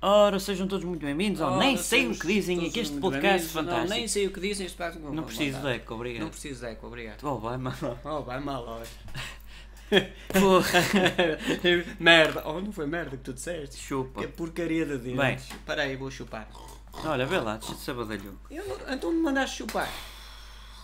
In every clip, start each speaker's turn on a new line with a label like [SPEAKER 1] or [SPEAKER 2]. [SPEAKER 1] Ora, sejam todos muito bem-vindos. ao
[SPEAKER 2] Ora,
[SPEAKER 1] nem sei o
[SPEAKER 2] sejam
[SPEAKER 1] que dizem
[SPEAKER 2] todos
[SPEAKER 1] aqui este
[SPEAKER 2] muito
[SPEAKER 1] podcast
[SPEAKER 2] bem-vindos.
[SPEAKER 1] fantástico.
[SPEAKER 2] Não, nem sei o que dizem este podcast.
[SPEAKER 1] Não preciso de eco, obrigado.
[SPEAKER 2] Não preciso de eco, obrigado.
[SPEAKER 1] Oh, vai, mano.
[SPEAKER 2] Oh, vai mal, olha.
[SPEAKER 1] Porra.
[SPEAKER 2] merda. Oh, não foi merda que tu disseste.
[SPEAKER 1] Chupa.
[SPEAKER 2] Que porcaria de dentes.
[SPEAKER 1] Bem.
[SPEAKER 2] Espera aí, vou chupar.
[SPEAKER 1] Olha, vê lá, deixa de ser badalho.
[SPEAKER 2] Eu, então me mandaste chupar.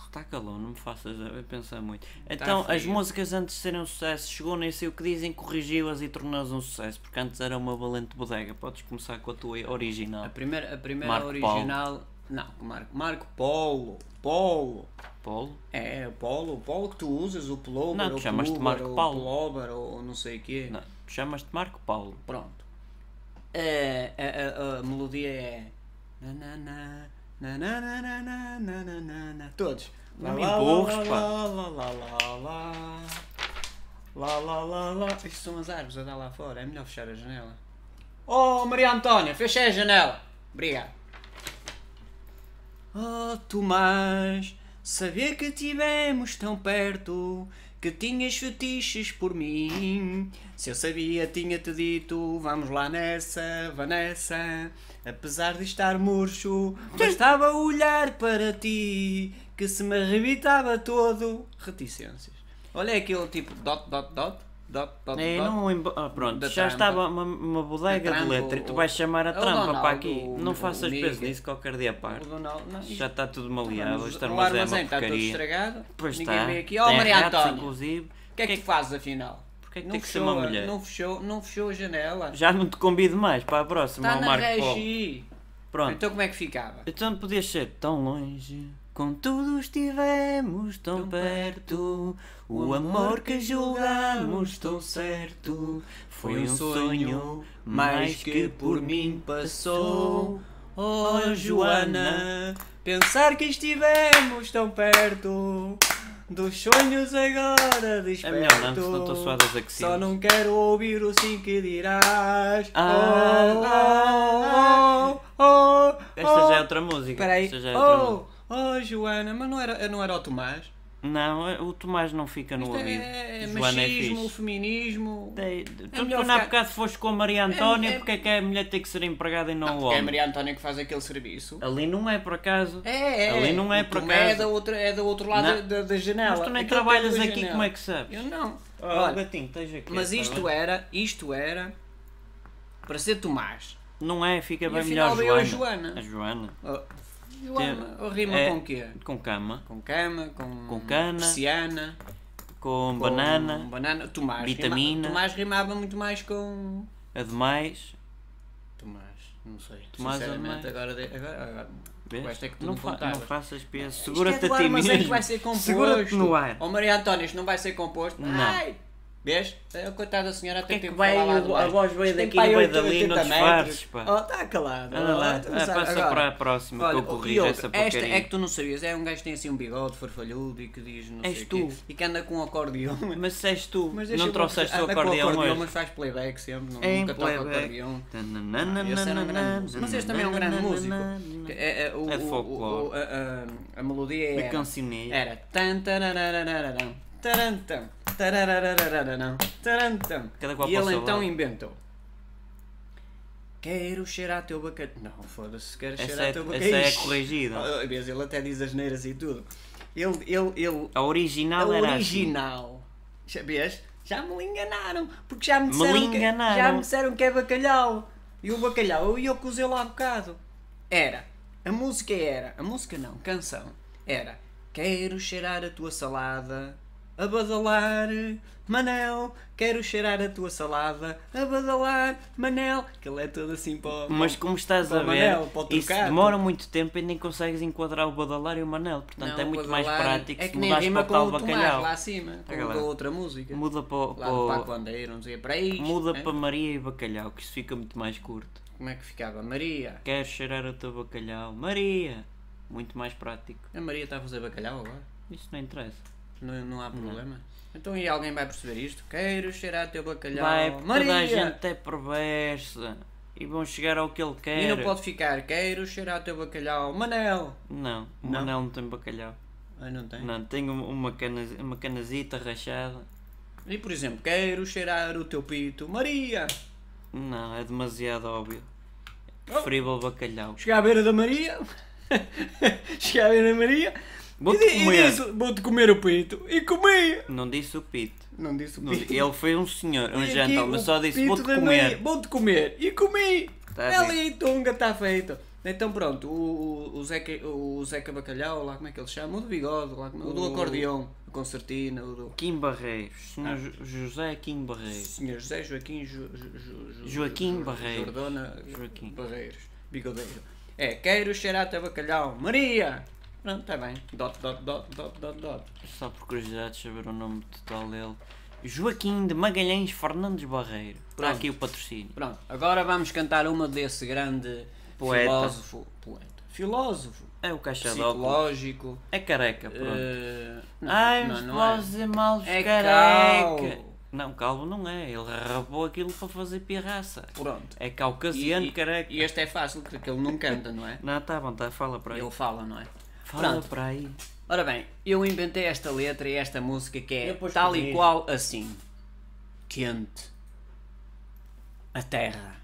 [SPEAKER 1] Está calor, não me faças a- a pensar muito. Então,
[SPEAKER 2] Tá frio.
[SPEAKER 1] as músicas antes de serem um sucesso, chegou nem sei o que dizem, corrigiu-as e tornou-as um sucesso, porque antes era uma valente bodega. Podes começar com a tua
[SPEAKER 2] A
[SPEAKER 1] original.
[SPEAKER 2] primeira, a primeira
[SPEAKER 1] Ah. Marco
[SPEAKER 2] original... Não, Marco, Marco Polo. Polo.
[SPEAKER 1] Polo.
[SPEAKER 2] É, o Polo. O Polo que tu usas, o pullover.
[SPEAKER 1] Não, tu
[SPEAKER 2] o
[SPEAKER 1] chamas-te
[SPEAKER 2] pullover,
[SPEAKER 1] Marco
[SPEAKER 2] o
[SPEAKER 1] Paulo.
[SPEAKER 2] pullover, ou não sei o quê.
[SPEAKER 1] Não, tu chamas-te Marco Paulo.
[SPEAKER 2] Pronto. É, a, a- a melodia é. na, na, na, na, na, na, na, na, na, na, na, na. Todos.
[SPEAKER 1] Não
[SPEAKER 2] Lá,
[SPEAKER 1] me
[SPEAKER 2] lá,
[SPEAKER 1] empurres,
[SPEAKER 2] lá,
[SPEAKER 1] pá.
[SPEAKER 2] lá, lá, lá, lá, lá. Lá, lá, lá, lá. Isto são as árvores a dar lá fora. É melhor fechar a janela. Oh, Maria Antónia, fechei a janela. Obrigado. Oh, Tomás, sabia que tivemos tão perto, que tinhas fetiches por mim. Se eu sabia, tinha-te dito, vamos lá nessa, Vanessa. Apesar de estar murcho, bastava olhar para ti, que se me arrebitava todo. Reticências. Olha aquele tipo, dot, dot, dot, dot, dot,
[SPEAKER 1] É,
[SPEAKER 2] dot.
[SPEAKER 1] não embo- ah, pronto,
[SPEAKER 2] Da
[SPEAKER 1] já
[SPEAKER 2] trampa.
[SPEAKER 1] estava uma, uma bodega
[SPEAKER 2] Da
[SPEAKER 1] de
[SPEAKER 2] trampa,
[SPEAKER 1] letra e tu
[SPEAKER 2] o-
[SPEAKER 1] vais chamar a
[SPEAKER 2] o
[SPEAKER 1] trampa
[SPEAKER 2] Ronaldo,
[SPEAKER 1] para aqui.
[SPEAKER 2] o-
[SPEAKER 1] não
[SPEAKER 2] o
[SPEAKER 1] faças peso
[SPEAKER 2] Miguel.
[SPEAKER 1] nisso qualquer dia à
[SPEAKER 2] O
[SPEAKER 1] parte.
[SPEAKER 2] Donald- não, isto-
[SPEAKER 1] Já está tudo maleado, este
[SPEAKER 2] o
[SPEAKER 1] armazém é uma
[SPEAKER 2] armazém está todo
[SPEAKER 1] porcaria.
[SPEAKER 2] estragado.
[SPEAKER 1] Pois
[SPEAKER 2] ninguém
[SPEAKER 1] está,
[SPEAKER 2] veio aqui. Oh,
[SPEAKER 1] tem
[SPEAKER 2] Maria
[SPEAKER 1] ratos,
[SPEAKER 2] Antónia.
[SPEAKER 1] inclusive.
[SPEAKER 2] O que é que, fazes afinal?
[SPEAKER 1] Porquê é que
[SPEAKER 2] Não
[SPEAKER 1] tem que ser
[SPEAKER 2] fechou
[SPEAKER 1] uma
[SPEAKER 2] a-
[SPEAKER 1] mulher?
[SPEAKER 2] Não fechou, não fechou a janela.
[SPEAKER 1] Já não te convido mais para a próxima,
[SPEAKER 2] Está
[SPEAKER 1] ao
[SPEAKER 2] na
[SPEAKER 1] Marco Polo.
[SPEAKER 2] regi.
[SPEAKER 1] Pronto.
[SPEAKER 2] Então como é que ficava?
[SPEAKER 1] Então podias ser tão longe, contudo estivemos tão,
[SPEAKER 2] Tão
[SPEAKER 1] perto. O amor que julgamos tão certo foi um sonho mais que por mim passou.
[SPEAKER 2] Oh Joana, pensar que estivemos tão perto dos sonhos agora desperto.
[SPEAKER 1] É melhor não, senão estou suado às axilas.
[SPEAKER 2] Só não quero ouvir o sim que dirás.
[SPEAKER 1] Ah.
[SPEAKER 2] oh, oh, oh, oh.
[SPEAKER 1] Esta já é outra música.
[SPEAKER 2] Espera aí.
[SPEAKER 1] Esta já é outra música.
[SPEAKER 2] Oh, oh Joana, mas não era, não era o Tomás?
[SPEAKER 1] Não, é, o Tomás não fica no
[SPEAKER 2] Isto
[SPEAKER 1] ouvido.
[SPEAKER 2] é, é
[SPEAKER 1] Joana é
[SPEAKER 2] machismo,
[SPEAKER 1] fixe. É um
[SPEAKER 2] feminismo.
[SPEAKER 1] Tem- Tu tu
[SPEAKER 2] melhor
[SPEAKER 1] não há
[SPEAKER 2] ficar-
[SPEAKER 1] bocado foste com a Maria Antónia,
[SPEAKER 2] é-
[SPEAKER 1] porque é que a mulher tem que ser empregada e não o
[SPEAKER 2] Que é a
[SPEAKER 1] homem?
[SPEAKER 2] Maria Antónia que faz aquele serviço.
[SPEAKER 1] Ali não é por acaso.
[SPEAKER 2] É, é.
[SPEAKER 1] Ali não é
[SPEAKER 2] o
[SPEAKER 1] por
[SPEAKER 2] Tomé
[SPEAKER 1] acaso.
[SPEAKER 2] É do outro, é do outro lado
[SPEAKER 1] Não.
[SPEAKER 2] da, da janela.
[SPEAKER 1] Mas tu nem
[SPEAKER 2] Aquele
[SPEAKER 1] trabalhas
[SPEAKER 2] tem duas
[SPEAKER 1] aqui,
[SPEAKER 2] janelas. Oh,
[SPEAKER 1] como é que sabes?
[SPEAKER 2] Eu não.
[SPEAKER 1] Ah,
[SPEAKER 2] Olha,
[SPEAKER 1] gatinho, esteja aqui.
[SPEAKER 2] mas
[SPEAKER 1] tá
[SPEAKER 2] isto
[SPEAKER 1] bem?
[SPEAKER 2] era, isto era para ser Tomás.
[SPEAKER 1] Não é, fica bem melhor
[SPEAKER 2] afinal
[SPEAKER 1] a
[SPEAKER 2] veio
[SPEAKER 1] Joana.
[SPEAKER 2] a
[SPEAKER 1] A Joana.
[SPEAKER 2] Joana. Oh, Joana, oh, rima
[SPEAKER 1] É.
[SPEAKER 2] com quê?
[SPEAKER 1] Com cama,
[SPEAKER 2] Com cama, com,
[SPEAKER 1] Com cana.
[SPEAKER 2] persiana,
[SPEAKER 1] com,
[SPEAKER 2] com
[SPEAKER 1] banana,
[SPEAKER 2] banana, Tomás. rima-
[SPEAKER 1] vitamina.
[SPEAKER 2] Tomás rimava muito mais com
[SPEAKER 1] ademais.
[SPEAKER 2] Tomás, não sei.
[SPEAKER 1] Tomás Armando.
[SPEAKER 2] Sinceramente, agora, de- agora, agora
[SPEAKER 1] Vês?
[SPEAKER 2] com esta é que tu
[SPEAKER 1] não,
[SPEAKER 2] me
[SPEAKER 1] fa-
[SPEAKER 2] contavas.
[SPEAKER 1] não faças peso.
[SPEAKER 2] Isto
[SPEAKER 1] Segura-te
[SPEAKER 2] é do
[SPEAKER 1] a ti
[SPEAKER 2] armazém
[SPEAKER 1] mesmo.
[SPEAKER 2] que vai ser composto.
[SPEAKER 1] Segura-te no ar.
[SPEAKER 2] Oh, Maria Antónia, isto não vai ser composto.
[SPEAKER 1] Não.
[SPEAKER 2] Ai! Vês? É, Coitada da senhora até
[SPEAKER 1] é que
[SPEAKER 2] teve
[SPEAKER 1] vai
[SPEAKER 2] falar lá
[SPEAKER 1] o-
[SPEAKER 2] de
[SPEAKER 1] a
[SPEAKER 2] baixo.
[SPEAKER 1] voz veio
[SPEAKER 2] Isto tem
[SPEAKER 1] daqui,
[SPEAKER 2] pá aí
[SPEAKER 1] veio
[SPEAKER 2] 80
[SPEAKER 1] dali, não
[SPEAKER 2] metros.
[SPEAKER 1] disfarces, pá.
[SPEAKER 2] Oh, está calado.
[SPEAKER 1] Olha lá,
[SPEAKER 2] Oh, tu não
[SPEAKER 1] ah,
[SPEAKER 2] sabes.
[SPEAKER 1] passa
[SPEAKER 2] Agora,
[SPEAKER 1] para a próxima
[SPEAKER 2] olha,
[SPEAKER 1] que eu
[SPEAKER 2] oh, e
[SPEAKER 1] corrijo
[SPEAKER 2] outra,
[SPEAKER 1] essa
[SPEAKER 2] Esta
[SPEAKER 1] porcaria.
[SPEAKER 2] é que tu não sabias. É um gajo que tem assim um bigode farfalhudo e que diz não
[SPEAKER 1] És
[SPEAKER 2] sei o
[SPEAKER 1] tu.
[SPEAKER 2] quê. E que anda com um acordeão.
[SPEAKER 1] Mas disseste tu,
[SPEAKER 2] Mas deixa
[SPEAKER 1] não
[SPEAKER 2] eu-
[SPEAKER 1] trouxeste o
[SPEAKER 2] anda com
[SPEAKER 1] acordeão hoje. É
[SPEAKER 2] mas faz playback sempre. não-
[SPEAKER 1] Em
[SPEAKER 2] Nunca toca
[SPEAKER 1] playback.
[SPEAKER 2] acordeão.
[SPEAKER 1] Tananana,
[SPEAKER 2] Esse era um grande músico. Mas este também é um grande músico.
[SPEAKER 1] nananana.
[SPEAKER 2] É, é, o-
[SPEAKER 1] É de
[SPEAKER 2] o-
[SPEAKER 1] folclore.
[SPEAKER 2] o- a, a- a melodia é
[SPEAKER 1] De
[SPEAKER 2] era.
[SPEAKER 1] cancioneiro.
[SPEAKER 2] Era. tan, tararararararam, tarantam, tararararararam, tarantam.
[SPEAKER 1] Cada qual
[SPEAKER 2] E
[SPEAKER 1] para o
[SPEAKER 2] ele
[SPEAKER 1] seu
[SPEAKER 2] então
[SPEAKER 1] lado.
[SPEAKER 2] inventou. Quero cheirar teu bacalhau. Não, foda-se, quero
[SPEAKER 1] Essa
[SPEAKER 2] cheirar
[SPEAKER 1] é-
[SPEAKER 2] teu
[SPEAKER 1] essa
[SPEAKER 2] bacalhau.
[SPEAKER 1] é corrigida.
[SPEAKER 2] Vês, ele até diz as neiras e tudo. Ele, ele, ele.
[SPEAKER 1] A original
[SPEAKER 2] a
[SPEAKER 1] era assim.
[SPEAKER 2] original. Sabias? Já me enganaram, porque já me
[SPEAKER 1] Me
[SPEAKER 2] disseram, que,
[SPEAKER 1] enganaram.
[SPEAKER 2] já me disseram que é bacalhau. E o bacalhau, eu ia cozer lá um bocado. Era, a música era, a música não, canção, era Quero cheirar a tua salada, a badalar, Manel, quero cheirar a tua salada, a badalar, Manel, que ele é todo assim para
[SPEAKER 1] Mas como estás
[SPEAKER 2] Para
[SPEAKER 1] a
[SPEAKER 2] o
[SPEAKER 1] ver,
[SPEAKER 2] Manel, para o
[SPEAKER 1] isso
[SPEAKER 2] Trucato.
[SPEAKER 1] demora muito tempo e nem consegues enquadrar o Badalar e o Manel. Portanto,
[SPEAKER 2] Não,
[SPEAKER 1] é muito
[SPEAKER 2] para
[SPEAKER 1] mais
[SPEAKER 2] badalar.
[SPEAKER 1] prático
[SPEAKER 2] é
[SPEAKER 1] se
[SPEAKER 2] que nem
[SPEAKER 1] mudares para
[SPEAKER 2] rima
[SPEAKER 1] o
[SPEAKER 2] com
[SPEAKER 1] tal
[SPEAKER 2] o Tomás,
[SPEAKER 1] bacalhau.
[SPEAKER 2] lá acima,
[SPEAKER 1] Está
[SPEAKER 2] com
[SPEAKER 1] calado.
[SPEAKER 2] a outra música.
[SPEAKER 1] Muda para, o-
[SPEAKER 2] Lá do
[SPEAKER 1] para o-
[SPEAKER 2] Paco Bandeira, não sei, é para né? isto.
[SPEAKER 1] muda
[SPEAKER 2] hein?
[SPEAKER 1] para Maria e Bacalhau, que isso fica muito mais curto.
[SPEAKER 2] Como é que ficava? Maria.
[SPEAKER 1] Queres cheirar o teu bacalhau? Maria! Muito mais prático.
[SPEAKER 2] A Maria está a fazer bacalhau agora?
[SPEAKER 1] Isso não interessa.
[SPEAKER 2] Não, não há problema. Então e alguém vai perceber isto? Quero cheirar teu bacalhau.
[SPEAKER 1] Vai, porque toda a
[SPEAKER 2] Maria!
[SPEAKER 1] gente é perversa. E vão chegar ao que ele quer.
[SPEAKER 2] E não pode ficar, quero cheirar teu bacalhau. Manel!
[SPEAKER 1] Não, o
[SPEAKER 2] Não?
[SPEAKER 1] Manel não tem bacalhau.
[SPEAKER 2] Ah, não tem?
[SPEAKER 1] Não, tem um- uma, cana, uma canazita rachada.
[SPEAKER 2] E por exemplo, quero cheirar o teu pito. Maria!
[SPEAKER 1] Não, é demasiado óbvio.
[SPEAKER 2] Oh.
[SPEAKER 1] Preferível bacalhau.
[SPEAKER 2] Cheguei à beira da Maria. Cheguei à beira da Maria.
[SPEAKER 1] Vou-te
[SPEAKER 2] e di- e
[SPEAKER 1] comer.
[SPEAKER 2] disse, Vou-te comer o pito. E comi.
[SPEAKER 1] Não disse o pito.
[SPEAKER 2] Não disse o
[SPEAKER 1] Não-
[SPEAKER 2] pito.
[SPEAKER 1] Ele foi um senhor, um
[SPEAKER 2] E aqui
[SPEAKER 1] gentleman,
[SPEAKER 2] o
[SPEAKER 1] só disse:
[SPEAKER 2] pito
[SPEAKER 1] vou-te
[SPEAKER 2] da Maria,
[SPEAKER 1] comer.
[SPEAKER 2] Vou-te comer. E comi.
[SPEAKER 1] Tá
[SPEAKER 2] é
[SPEAKER 1] bem.
[SPEAKER 2] ali, tunga, está feito. Então pronto, o, o- o, Zeca, o Zeca Bacalhau, lá como é que ele se chama? O do bigode, lá como- é, o do
[SPEAKER 1] O-
[SPEAKER 2] acordeão, o concertina, o do...
[SPEAKER 1] Kim Barreiros, senhor
[SPEAKER 2] Ah.
[SPEAKER 1] Jo- José Kim Barreiros.
[SPEAKER 2] Senhor José Joaquim Jo- Jo- Jo- Jo-
[SPEAKER 1] Joaquim
[SPEAKER 2] Jo-
[SPEAKER 1] Barreiros.
[SPEAKER 2] Jordana
[SPEAKER 1] Joaquim.
[SPEAKER 2] Barreiros. Bigodeiro. É, quero cheirar até bacalhau. Maria! Pronto, está bem. Dot, dot, dot, dot, dot, dot.
[SPEAKER 1] Só por curiosidade de saber o nome total dele. Joaquim de Magalhães Fernandes Barreiro. Está
[SPEAKER 2] Pronto.
[SPEAKER 1] aqui o patrocínio.
[SPEAKER 2] Pronto, agora vamos cantar uma desse grande
[SPEAKER 1] Poeta.
[SPEAKER 2] filósofo. Poeta. Filósofo.
[SPEAKER 1] É o caixa de óculos.
[SPEAKER 2] Psicológico.
[SPEAKER 1] É careca, pronto.
[SPEAKER 2] eh, não,
[SPEAKER 1] Ai,
[SPEAKER 2] não,
[SPEAKER 1] mas
[SPEAKER 2] não é.
[SPEAKER 1] podes dizer mal dos
[SPEAKER 2] É
[SPEAKER 1] careca.
[SPEAKER 2] calvo.
[SPEAKER 1] Não, calvo não é. Ele rabou aquilo para fazer pirraça.
[SPEAKER 2] Pronto.
[SPEAKER 1] É caucasiano,
[SPEAKER 2] e,
[SPEAKER 1] careca.
[SPEAKER 2] e este é fácil, porque ele não canta, não é?
[SPEAKER 1] Não, tá bom, tá. Fala para aí.
[SPEAKER 2] Ele fala, não é?
[SPEAKER 1] Fala
[SPEAKER 2] Pronto.
[SPEAKER 1] para aí.
[SPEAKER 2] Ora bem, eu inventei esta letra e esta música que é
[SPEAKER 1] Eu pus
[SPEAKER 2] tal
[SPEAKER 1] comigo.
[SPEAKER 2] e qual assim: quente, a terra,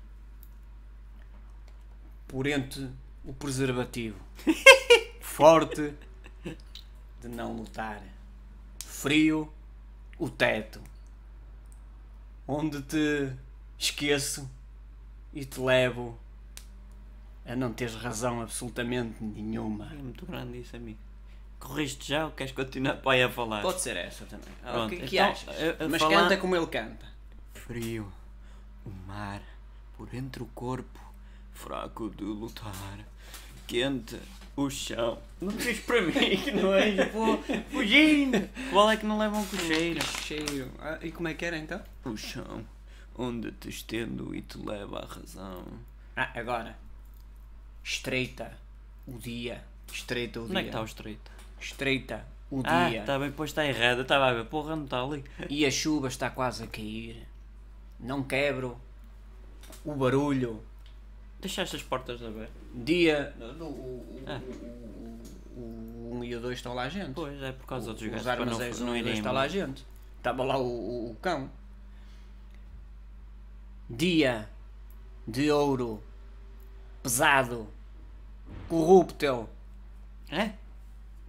[SPEAKER 2] porente o preservativo, forte de não lutar, frio o teto, onde te esqueço e te levo a não teres razão absolutamente nenhuma.
[SPEAKER 1] É muito grande isso, amigo. Correste já ou queres continuar para aí a falar?
[SPEAKER 2] Pode ser essa também. Ah,
[SPEAKER 1] Pronto,
[SPEAKER 2] o que, é que
[SPEAKER 1] então,
[SPEAKER 2] achas?
[SPEAKER 1] a- a
[SPEAKER 2] Mas
[SPEAKER 1] falar-
[SPEAKER 2] canta como ele canta.
[SPEAKER 1] Frio, o mar, por entre o corpo, fraco de lutar, quente, o chão. Não fiz para mim, que não é? Vou fugindo. Qual é que não leva um cocheiro?
[SPEAKER 2] Cheio. Ah, e como é que era então?
[SPEAKER 1] O chão, onde te estendo e te leva à razão.
[SPEAKER 2] Ah, agora. Estreita o dia. Estreita o
[SPEAKER 1] Onde é que
[SPEAKER 2] dia.
[SPEAKER 1] está o estreito?
[SPEAKER 2] Estreita o
[SPEAKER 1] Ah,
[SPEAKER 2] dia.
[SPEAKER 1] está bem, pois está errado. Eu Estava a ver, porra, não está ali.
[SPEAKER 2] E a chuva está quase a cair. Não quebro o barulho.
[SPEAKER 1] Deixaste as portas abertas.
[SPEAKER 2] Dia. Ah. O, o- o- o- o 1 e o 2 estão lá a gente.
[SPEAKER 1] Pois é, por causa dos gajos
[SPEAKER 2] Os
[SPEAKER 1] para não,
[SPEAKER 2] armazéns
[SPEAKER 1] não
[SPEAKER 2] não
[SPEAKER 1] irem
[SPEAKER 2] está tá lá a
[SPEAKER 1] embora.
[SPEAKER 2] gente. Estava lá o, o- o cão. Dia de ouro pesado, corruptel,
[SPEAKER 1] É?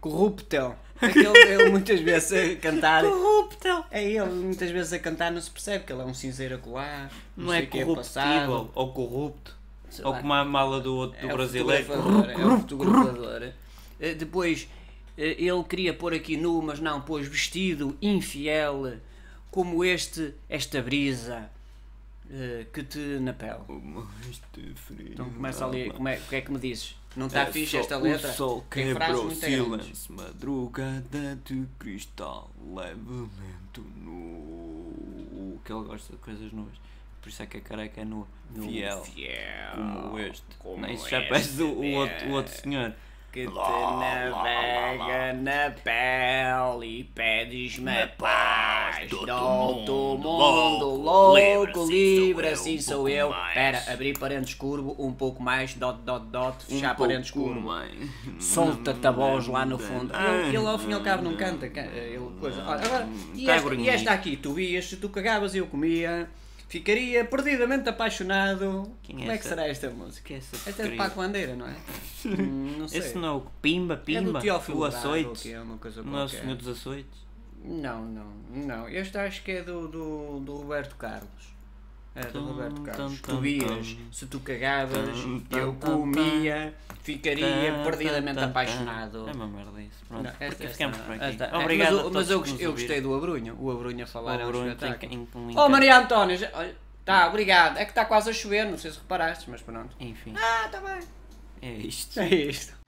[SPEAKER 2] corruptel. É que ele, ele muitas vezes a cantar.
[SPEAKER 1] Corruptel!
[SPEAKER 2] É ele muitas vezes a cantar não se percebe que ele é um cinzeiro acolá,
[SPEAKER 1] Não,
[SPEAKER 2] sei
[SPEAKER 1] é
[SPEAKER 2] o que passado.
[SPEAKER 1] corruptível ou corrupto.
[SPEAKER 2] Sei
[SPEAKER 1] Ou
[SPEAKER 2] lá.
[SPEAKER 1] como a mala do outro do
[SPEAKER 2] É o
[SPEAKER 1] brasileiro.
[SPEAKER 2] fotografador, é o fotografador. Eh, Depois eh, ele queria pôr aqui nu, mas não, pôs vestido infiel, como este, esta brisa eh, que te na pele.
[SPEAKER 1] Como este frio.
[SPEAKER 2] Então começa ali, como é, o que é que me dizes? Não está
[SPEAKER 1] É
[SPEAKER 2] fixe
[SPEAKER 1] sol-
[SPEAKER 2] esta letra?
[SPEAKER 1] O sol
[SPEAKER 2] Tem
[SPEAKER 1] quebra
[SPEAKER 2] frases
[SPEAKER 1] o
[SPEAKER 2] muito grandes.
[SPEAKER 1] silêncio, madrugada de cristal, levemente nu. O que ele gosta de coisas nuas. Por isso é que a careca é nua.
[SPEAKER 2] Nu
[SPEAKER 1] Fiel.
[SPEAKER 2] fiel,
[SPEAKER 1] Como este. é.
[SPEAKER 2] como
[SPEAKER 1] Não, isso já
[SPEAKER 2] este,
[SPEAKER 1] parece o, o outro, o outro senhor.
[SPEAKER 2] Que te navega na pele e pedes-me paz.
[SPEAKER 1] do
[SPEAKER 2] Dou-te o
[SPEAKER 1] mundo,
[SPEAKER 2] mundo
[SPEAKER 1] louco,
[SPEAKER 2] louco, livre,
[SPEAKER 1] livre,
[SPEAKER 2] assim
[SPEAKER 1] assim sou
[SPEAKER 2] sou
[SPEAKER 1] eu, um
[SPEAKER 2] eu.
[SPEAKER 1] pouco mais.
[SPEAKER 2] Pera, abrir parênteses curvo, um pouco mais, dot, dot, dot,
[SPEAKER 1] Um
[SPEAKER 2] fechar parênteses curvo. Solta-te a voz lá no fundo. Ele, ele, ao fim e ao cabo não canta. ca- Ele, coisa. Olha, agora, e,
[SPEAKER 1] Tá
[SPEAKER 2] esta, e
[SPEAKER 1] gorrinho.
[SPEAKER 2] esta aqui, tu vias, se tu cagavas e eu comia, ficaria perdidamente apaixonado.
[SPEAKER 1] Quem é
[SPEAKER 2] Como é que
[SPEAKER 1] essa?
[SPEAKER 2] será esta música?
[SPEAKER 1] Que é essa
[SPEAKER 2] Esta é de
[SPEAKER 1] porcaria?
[SPEAKER 2] Paco Bandeira, não é? Hum, não sei.
[SPEAKER 1] Esse não é o Pimba,
[SPEAKER 2] É do
[SPEAKER 1] Pimba,
[SPEAKER 2] Teófilo
[SPEAKER 1] o
[SPEAKER 2] Bravo, que
[SPEAKER 1] Açoite,
[SPEAKER 2] é uma coisa
[SPEAKER 1] não é o
[SPEAKER 2] qualquer.
[SPEAKER 1] Senhor dos Açoites?
[SPEAKER 2] Não, não, não. Este acho que é do, do, do Roberto Carlos. É do
[SPEAKER 1] Tum,
[SPEAKER 2] Roberto Carlos.
[SPEAKER 1] tum,
[SPEAKER 2] tu
[SPEAKER 1] tum,
[SPEAKER 2] vias,
[SPEAKER 1] tum.
[SPEAKER 2] se tu cagavas,
[SPEAKER 1] Tum, tum,
[SPEAKER 2] eu
[SPEAKER 1] tum, tum.
[SPEAKER 2] comia, ficaria
[SPEAKER 1] Tá,
[SPEAKER 2] perdidamente
[SPEAKER 1] tá, tá, tá.
[SPEAKER 2] apaixonado.
[SPEAKER 1] É uma merda isso, pronto.
[SPEAKER 2] Não, esta-
[SPEAKER 1] Porque
[SPEAKER 2] esta
[SPEAKER 1] ficamos
[SPEAKER 2] não,
[SPEAKER 1] por aqui.
[SPEAKER 2] esta- é,
[SPEAKER 1] Obrigado
[SPEAKER 2] mas eu-
[SPEAKER 1] a todos
[SPEAKER 2] mas eu,
[SPEAKER 1] que nos
[SPEAKER 2] eu
[SPEAKER 1] ouviram.
[SPEAKER 2] gostei do Abrunho. O Abrunho a falar é um
[SPEAKER 1] Bruno tem
[SPEAKER 2] espetáculo.
[SPEAKER 1] que- um- um
[SPEAKER 2] Oh,
[SPEAKER 1] encanto.
[SPEAKER 2] Maria Antónia, já- olha, tá, obrigado. É que está quase a chover, não sei se reparaste, mas pronto.
[SPEAKER 1] Enfim,
[SPEAKER 2] Ah, está bem.
[SPEAKER 1] é isto.
[SPEAKER 2] É isto.